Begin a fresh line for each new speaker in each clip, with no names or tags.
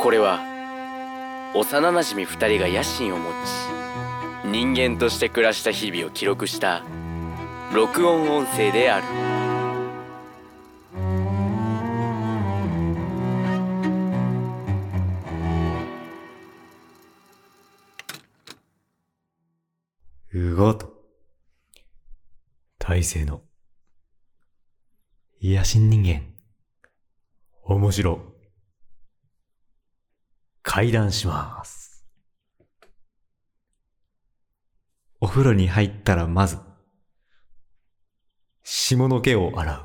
これは幼なじみ2人が野心を持ち人間として暮らした日々を記録した録音音声である
うごと。大勢の。野心人間。面白。階談します。お風呂に入ったらまず、下の毛を洗う。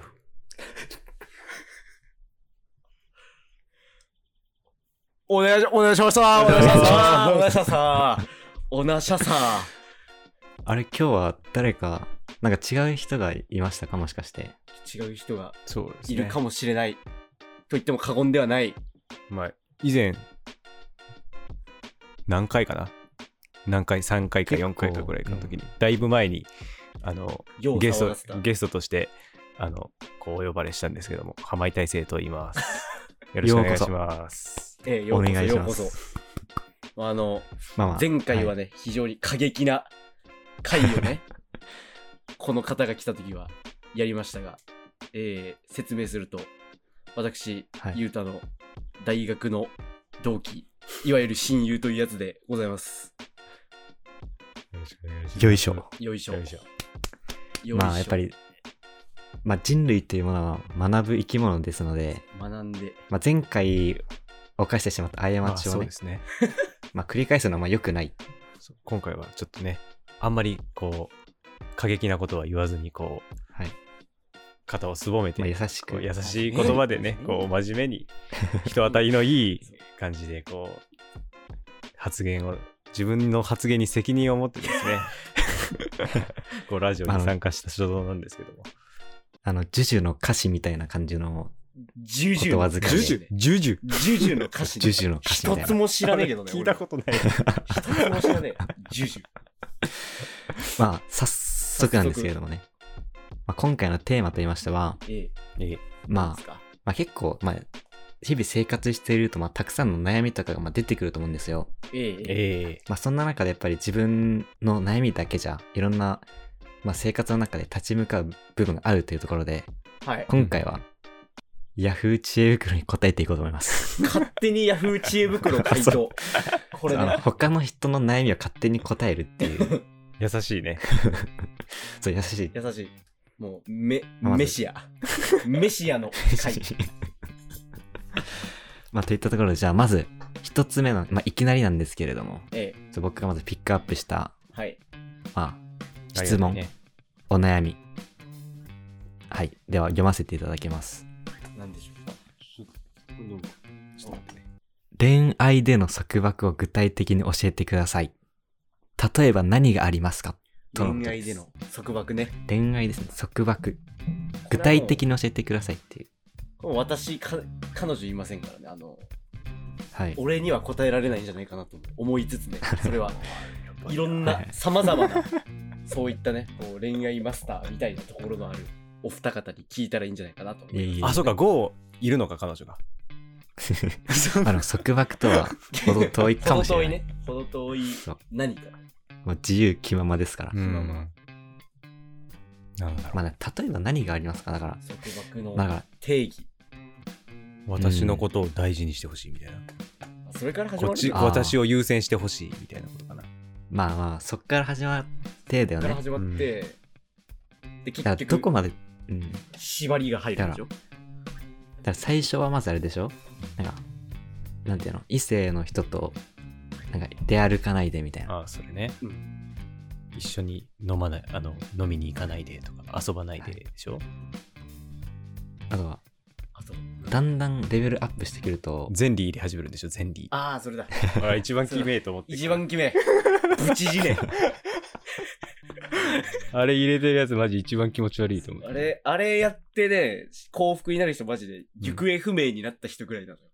お願いし、お願いしました。お願いしました。お願いしました。おなしゃさ。
あれ、今日は誰か、なんか違う人がいましたかもしかして。
違う人が
そうです
い
ね。
るかもしれない。と言っても過言ではない。
まあ、以前、何回かな何回 ?3 回か
結構
4回かぐらいの時に、だいぶ前に、あの、
よう
ゲ
騒が
ス
せた
ト、ゲストとして、あの、こうお呼ばれしたんですけども、浜井大成と言います。よろしくお願いします。
ええ、よ
お
うこそ、
願いし
よう
ま
こ
す。
そ。あの、
まあまあ
前回は
ね、
ね、非常に過激な回をね、 この方が来た時はやりましたが、えー説明すると、私、
はい
ゆうたの大学の同期、いわゆる親友というやつでございます。
よろしくお願いしま
よいしょ。
よいしょ。
よいしょ
よいしょ
まあやっぱり、まあ、人類というものは学ぶ生き物ですので、
学んで、
まあ、前回犯してしまった過ちをね、
ま
ま
あ、
あ
そうですね。
繰り返すのはまあ良くない。
そう今回はちょっとね、あんまりこう、過激なことは言わずに、こう、
はい
肩をすぼめて、
まあ、優し
こ
く
う優しい言葉でね
ね、
こう真面目に、人当たりのいい感じで、こう、発言を、自分の発言に責任を持ってです ね、こうラジオに参加した所存なんですけども。
あのジュジュの歌詞みたいな感じの
ジュジュ
ことわ
の
ず
ジ
か
ュ
に
ジュ
ジュジュ
ジュジュの歌詞
ジュジュの歌詞み
一
たい
つ
な
も知らねえけどね。
聞いたことない。
と一つも知らねえ。ジュジュ。
まあ早速なんですけれどもね、まあ、今回のテーマといいましては、
ええ
ええ
まあ、まあ結構、まあ、日々生活していると、まあ、たくさんの悩みとかがまあ出てくると思うんですよ。
ええええ
え
まあ、そんな中でやっぱり自分の悩みだけじゃいろんな、まあ、生活の中で立ち向かう部分があるというところで
はい。
今回は、ヤフー知恵袋に答えていこうと思います。
勝手にヤフー知恵袋回答。これ
あの
ね。
他の人の悩みを勝手に答えるっ ていう、
優しいね。
そう優しい。
優しい。もう、メ、
まず
メシア。メシアの回。
まあ、といったところで、じゃあまず、一つ目の、まあ、いきなりなんですけれども、
ええ
ちょっと僕がまずピックアップした、
はい。
まあ、質問、
ありがたいね
お悩み。はい。では、読ませていただきます。
なんでしょうか。
ちょっと待ってね
恋愛での束縛を具体的に教えてください。例えば何がありますかとのこと
恋愛での束縛ね。
恋愛ですね。束縛。具体的に教えてくださいっていう。
もう私か、彼女いませんからね。あの、
はい。
俺には答えられないんじゃないかなと思いつつね。それは。いろん
は
ない様々な、そういったね、こう恋愛マスターみたいなところのあるお二方に聞いたらいいんじゃないかなと思
いえいえ
あ、そうか、ゴーいるのか、彼女が。
あの、束縛とは程遠いかもしれない。
程遠いね。程遠い
そう
何か。
もう自由気ままですから。
まあまあ
なんだろう
まあ、ね、例えば何がありますかだから。
束縛
だか
の
ら、
定義。
私のことを大事にしてほしいみたいな。
それから始
こ
ま
っ
る
ち、
よ
あー
私を優先してほしいみたいなことかな。
まあまあ、そっから始まってだよ
そっから
ね。
始まって、で、
だから
結
どこ
局、
まで、うん。だ
縛りが入るんでしょ
から最初はまずあれでしょなんか、なんていうの異性の人と、なんか出歩かないでみたいな。
ああ、それね、
う
一緒に飲まない、あの、飲みに行かないでとか、遊ばないででしょ、
あとは、
あと
だんだんレベルアップしてくると、
ゼンリー入れ始めるんでしょゼンリ
ああ、それだ。
ー。あ一番きめえと思って。
一番決め。ブチ ギレ。
あれ入れてるやつマジ一番気持ち悪いと思
あ
う。
れ、あれやってね、幸福になる人マジで、行方不明になった人ぐらいなのよ。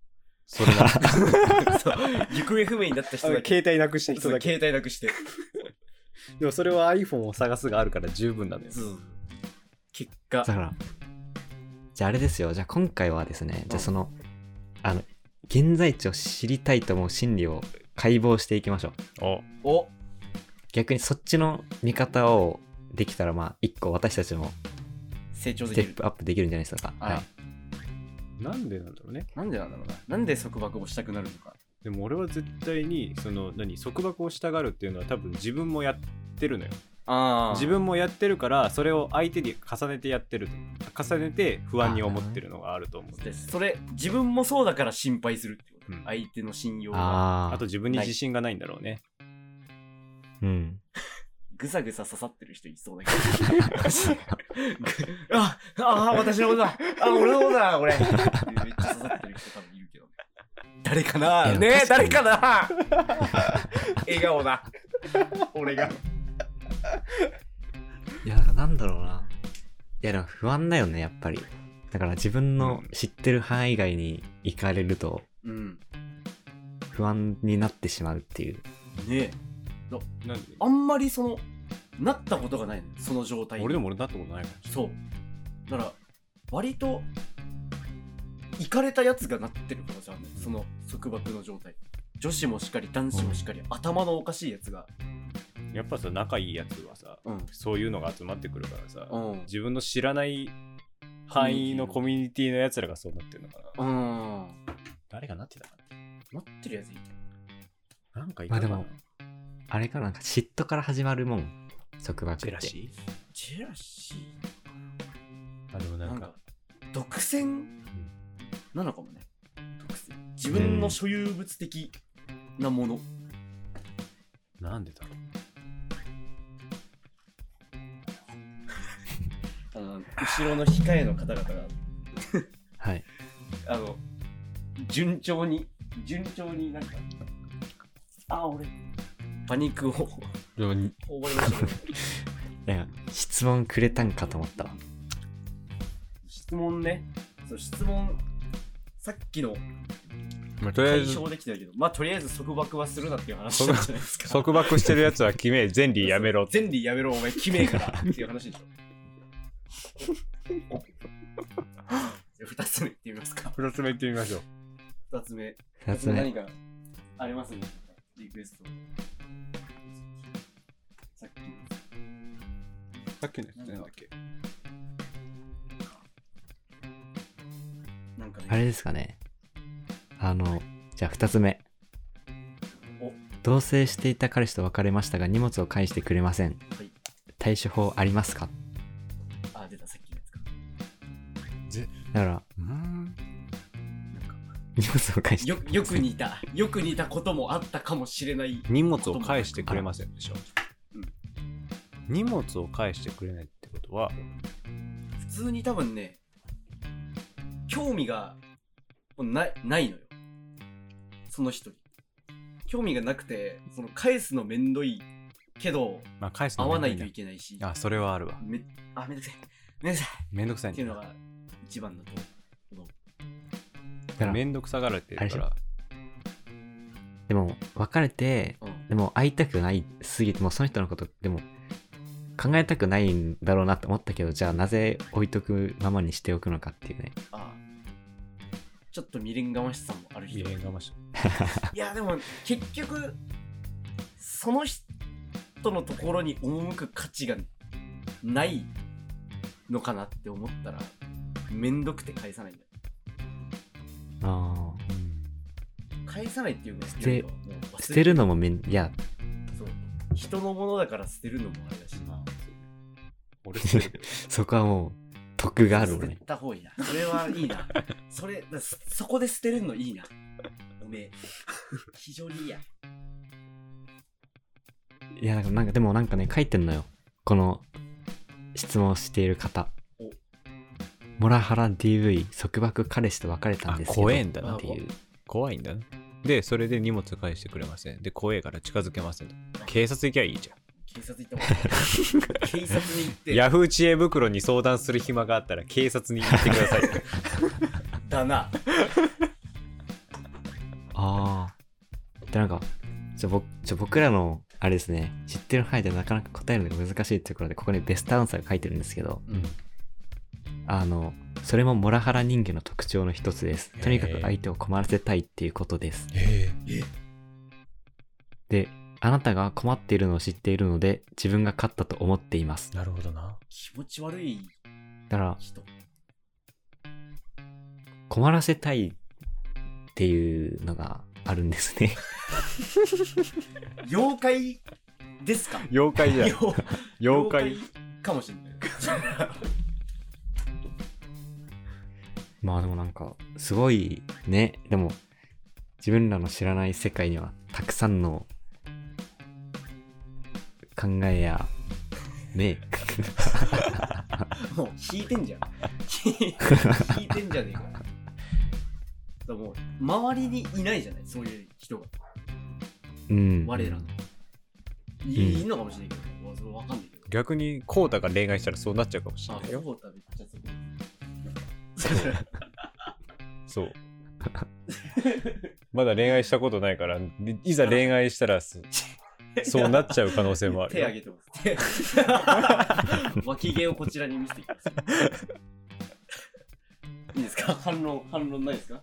それは
そう行方不明になった人だけ。
帯なくした
そう携帯なくして。
でもそれは iPhone を探すがあるから十分なんだよ
そう結果
だ、から、じゃああれですよ。じゃあ今回はですね、じゃあその、あの、現在地を知りたいと思う心理を解剖していきましょう
お
お
逆にそっちの見方をできたらまあ一個私たちも
成長
ス
で
テ
き
ッ
る
プアップできるんじゃないですか、
あら
はい、
なんでなんだろうね
なんでなんだろうななんで束縛をしたくなるのか
でも俺は絶対にその何束縛をしたがるっていうのは多分自分もやってるのよ
ああ
自分もやってるからそれを相手に重ねてやってると重ねて不安に思ってるのがあると思う
でそれ自分もそうだから心配するってこと、
うん
相手の信用が
あ
あと自分に自信がないんだろうね
ーうん
ぐさぐさ刺さってる人いそうだけどぐああ私のことだあ俺のことだ俺 めっちゃ刺さってる人多分いるけどね誰か
い
な
や
ねえ
確か
誰
に
か な笑顔だ俺が
いやだからなんだろうないやでも不安だよねやっぱりだから自分の知ってる範囲外に行かれると
うん
不安になってしまうっていう
ねえ
なんで
あんまりそのなったことがないのその状態に
俺でも俺なったことないか
そうだから割と行かれたやつがなってる可能性あるねその束縛の状態女子もしっかり男子もしっかり、頭のおかしいやつが
らやっぱさ仲いいやつはさ
うん
そういうのが集まってくるからさ
うん
自分の知らない範囲のコミュニティのやつらがそうなってるのかな
うん
誰がなってたかな
なってるやついた
なんかいたか
まあ
な
であれからなんか嫉妬から始まるもん束縛
ジェラ
って
シ
ジェラシ
ーあでも
ー
な
なんん
か
か独占なのかもね独占自分の所有物的なもの、
なんでだろう
あの後ろの控えの方々が
はい
あの、順調に、順調になんか、あ、俺、パニックを覚
で
えま
も
したけど、
なんか質問くれたんかと思ったわ
質問ね、そう質問、さっきの
まあとりあえ
解
ず
消できてないけど、まあとりあえず束縛はするなっていう話なんじゃないですか。
束縛してるやつは決め前理やめろって
全理やめろ、お前、決めえからっていう 話でしょ。じゃあ二つ目いってみますか。
二つ目いってみましょう
二つ目。
2つ目
何かありますねリクエスト。さっきの。
さっきのやつ
なんだっ
け
なんかね、
あれですかねあのじゃあ2つ目
お
同棲していた彼氏と別れましたが荷物を返してくれません、
はい
対処法ありますか
あ、出た、さっきのやつか。
だから
うん
荷物を返して
よよく似た、よく似たこともあったかもしれない。
荷物を返してくれませんでしょ
うん
荷物を返してくれないってことは
普通に多分ね、興味がもうないないのよ。その人に。興味がなくて、その返すのめんどいけど、
まあ返すの
会わないと
めん
い
ど
けないし。
なあそれはあるわ
めあ、めんどくさい。めんどくさ
めんどくさ
い
い
っていうの
ね
が一番だと。
だから
めんどくさがられてるから
でも別れて
うん。
でも会いたくないすぎてもうその人のことでも考えたくないんだろうなと思ったけどじゃあなぜ置いとくままにしておくのかっていうね
あちょっと未練がましさもある人
未練がまし
いやでも結局その人のところに赴く価値がないのかなって思ったらめんどくて返さないんだよ
ああ
返さないっていうの
捨て
もう忘れ
捨てるのもめんいや
そう人のものだから捨てるのもあれだし、
まあ 俺捨てる
そこはもう得がある
捨
俺
てた方がいいなそれはいいなそれだそそこで捨てるのいいなおめえ非常にいいや
いや、なんか、でもなんかね、書いてんのよ。この質問をしている方
お。
モラハラ DV、束縛彼氏と別れたんですけど。
あ怖えんだな
っていう。
怖いんだなでそれで荷物返してくれませんで怖えから近づけませんと警察行きゃいいじゃん
警察行った方がいい 警察に行って
ヤフー知恵袋に相談する暇があったら警察に行ってくだ さい
だな
ああ。で、なんか、ちょ、僕、ちょ、僕らの、あれですね、知ってる範囲でなかなか答えるのが難しいところで、ここにベストアンサーが書いてるんですけど、
うん
あの、それもモラハラ人間の特徴の一つです
へ。ー
とにかく相手を困らせたいっていうことです。
え
で、あなたが困っているのを知っているので、自分が勝ったと思っています。
なるほどな。
気持ち悪い
だから、
人。
困らせたいっていうのがあるんですね。
妖怪ですか
妖怪 じゃん。
妖
妖怪。
かもしれない。
まあでもなんか、すごいね。でも、自分らの知らない世界には、たくさんの考えや、ね、
もう引いて んじゃん。引いてんじゃねえか。だからもう周りにいないじゃない、そういう人が。
うん。
我らの。いいのかもしれないけど、わそれわかんないけど。
逆に、コウタが恋愛したらそうなっちゃうかもしれ
あ
ない、よ。
コウタめっちゃすごい。
そう。まだ恋愛したことないから、いざ恋愛したら す、そうなっちゃう可能性もある
手
よ
挙。げてます。 手脇毛をこちらに見せてきます。いいですか反論、反論ないですか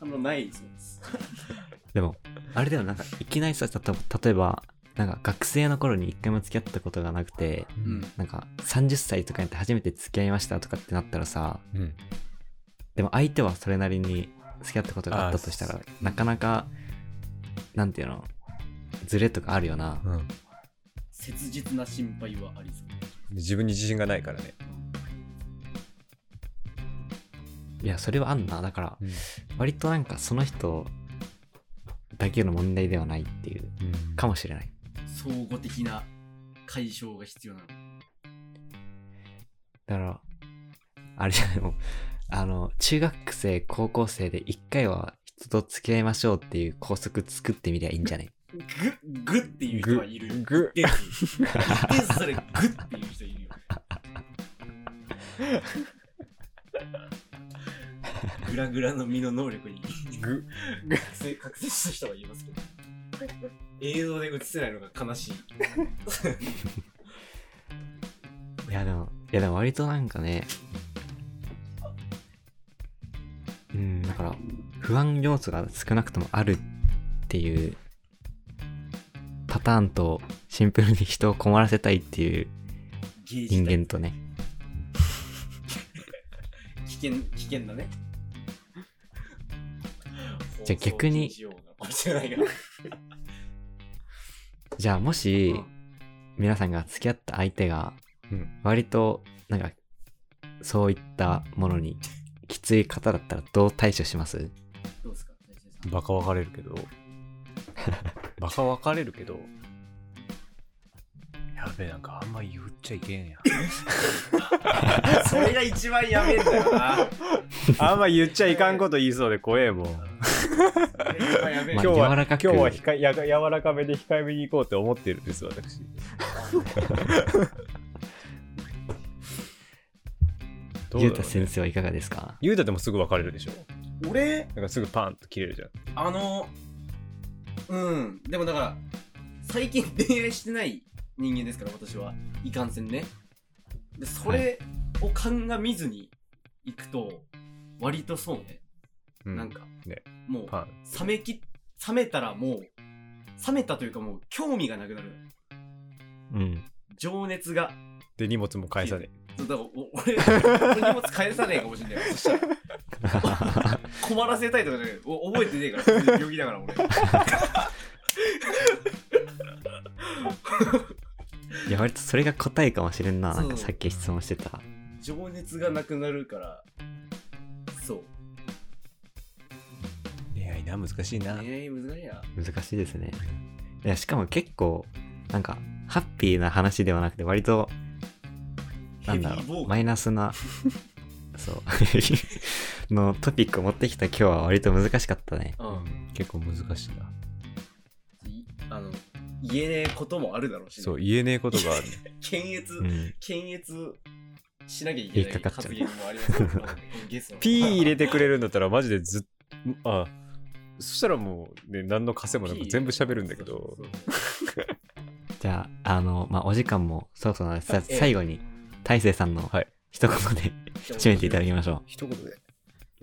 反論ないそうです。
でも、あれだよ、なんか、いきなりさ、たと例えば、なんか学生の頃に一回も付き合ったことがなくて、
うん。
なんか30歳とかになって初めて付き合いましたとかってなったらさ、
うん。
でも相手はそれなりに付き合ったことがあったとした
あ
ら、なかなか、なんていうの、ズレとかあるよな。
うん。
切実な心配はありそう。
自分に自信がないからね。
いや、それはあんな。だから、
うん
割となんかその人だけの問題ではないっていう、かもしれない。
総合的な解消が必要なの。
だから、あれじゃないもうあの、中学生、高校生で一回は人と付き合いましょうっていう校則作ってみりゃいいんじゃない
グッ、グッっていう人はいるよ。
グ
で、で、それグッっていう人いるよ。 グラグラの身の能力に
グ
覚醒覚醒した人は言いますけど映像で映せないのが悲しい
いやでも、いやでも割となんかね、うん、だから、不安要素が少なくともあるっていうパターンと、シンプルに人を困らせたいっていう
芸
人
術
間とね、
危険危険だね
じゃあ逆に
放送禁止用語かもしれないけど
じゃあも
う
し
ん、
皆さんが付き合った相手が
うん、
割と、なんか、そういったものにきつい方だったらどう対処します
どうですか大成さん
バカ別れるけ ど。バカ別れるけど。やべえ、なんかあんま言っちゃいけんや。
それが一番やべえんだよな
あんま言っちゃいかんこと言いそうで怖えも
そ
ん。
れが一番やべえ
ま
今日
あ
は
柔らかく
今日はひかや柔らかめで控えめに行こうって思ってるんです私 どう
ゆう
だ
た
ろうね
先生はいかがですか
ゆうたでもすぐ別れるでしょ
俺
なんかすぐパンと切れるじゃん
あのうんでもだから最近恋愛してない人間ですから私はいかんせんねでそれを鑑みずに行くと割とそうね、
う
なんか、
ね
もう
パン
冷めき冷めたらもう冷めたというかもう興味がなくなる
うん。
情熱が
で荷物も返さね
そうだからお俺俺荷物返さねえかもしれないそしたら困らせたいとかじゃないお覚えてねえから普通に病気だから俺
いや、割とそれが答えかもしれんな。
そう
なんかさっき質問してた。
情熱がなくなるからそう
恋愛な難しいな
恋愛難しいな
難しいですね。いや、しかも結構、なんか、ハッピーな話ではなくて、割と、な
ヘ
ん
ビー
だろ
ボー
う、
カ
マ
ル
イナスな、そう、 のトピックを持ってきた今日は割と難しかったね。
うん
結構難しいない
あの言えねえこともあるだろうしね、
そう言えねえことがある
検閲、
うん。
検閲しなきゃいけない
引っかかっちゃ
発
う
言もありますからゲストの
ピー入れてくれるんだったらマジでずっあそしたらもうね何の稼もなく全部喋るんだけど
そうそうそう
じゃあ、あの、まあ、お時間もそろそろなので、さ
ええ
最後に、大成さんの
はい
一言で締めていただきましょ
一言で。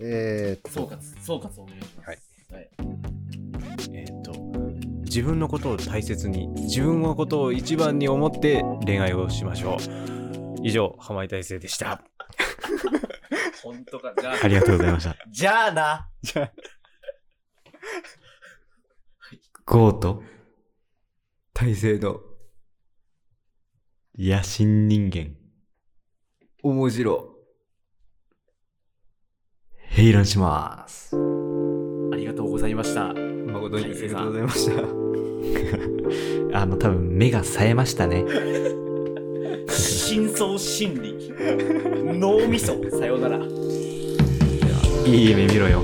えー、っ
総
と、
括、総括をお願いします。
はい
はい。
えーっと自分のことを大切に自分のことを一番に思って恋愛をしましょう以上浜井大成でした
本当か。じゃあ
う。 ありがとうございました。
じゃあな。
ゴーと
大勢の
野心人間、
面白。
閉覧します。
ありがとうございました。
誠にあ
大勢
り
さ
が
ん
とうございました。
あの、多分目が冴えましたね。
深層心理。脳みそ。さようなら。
いい夢見ろよ。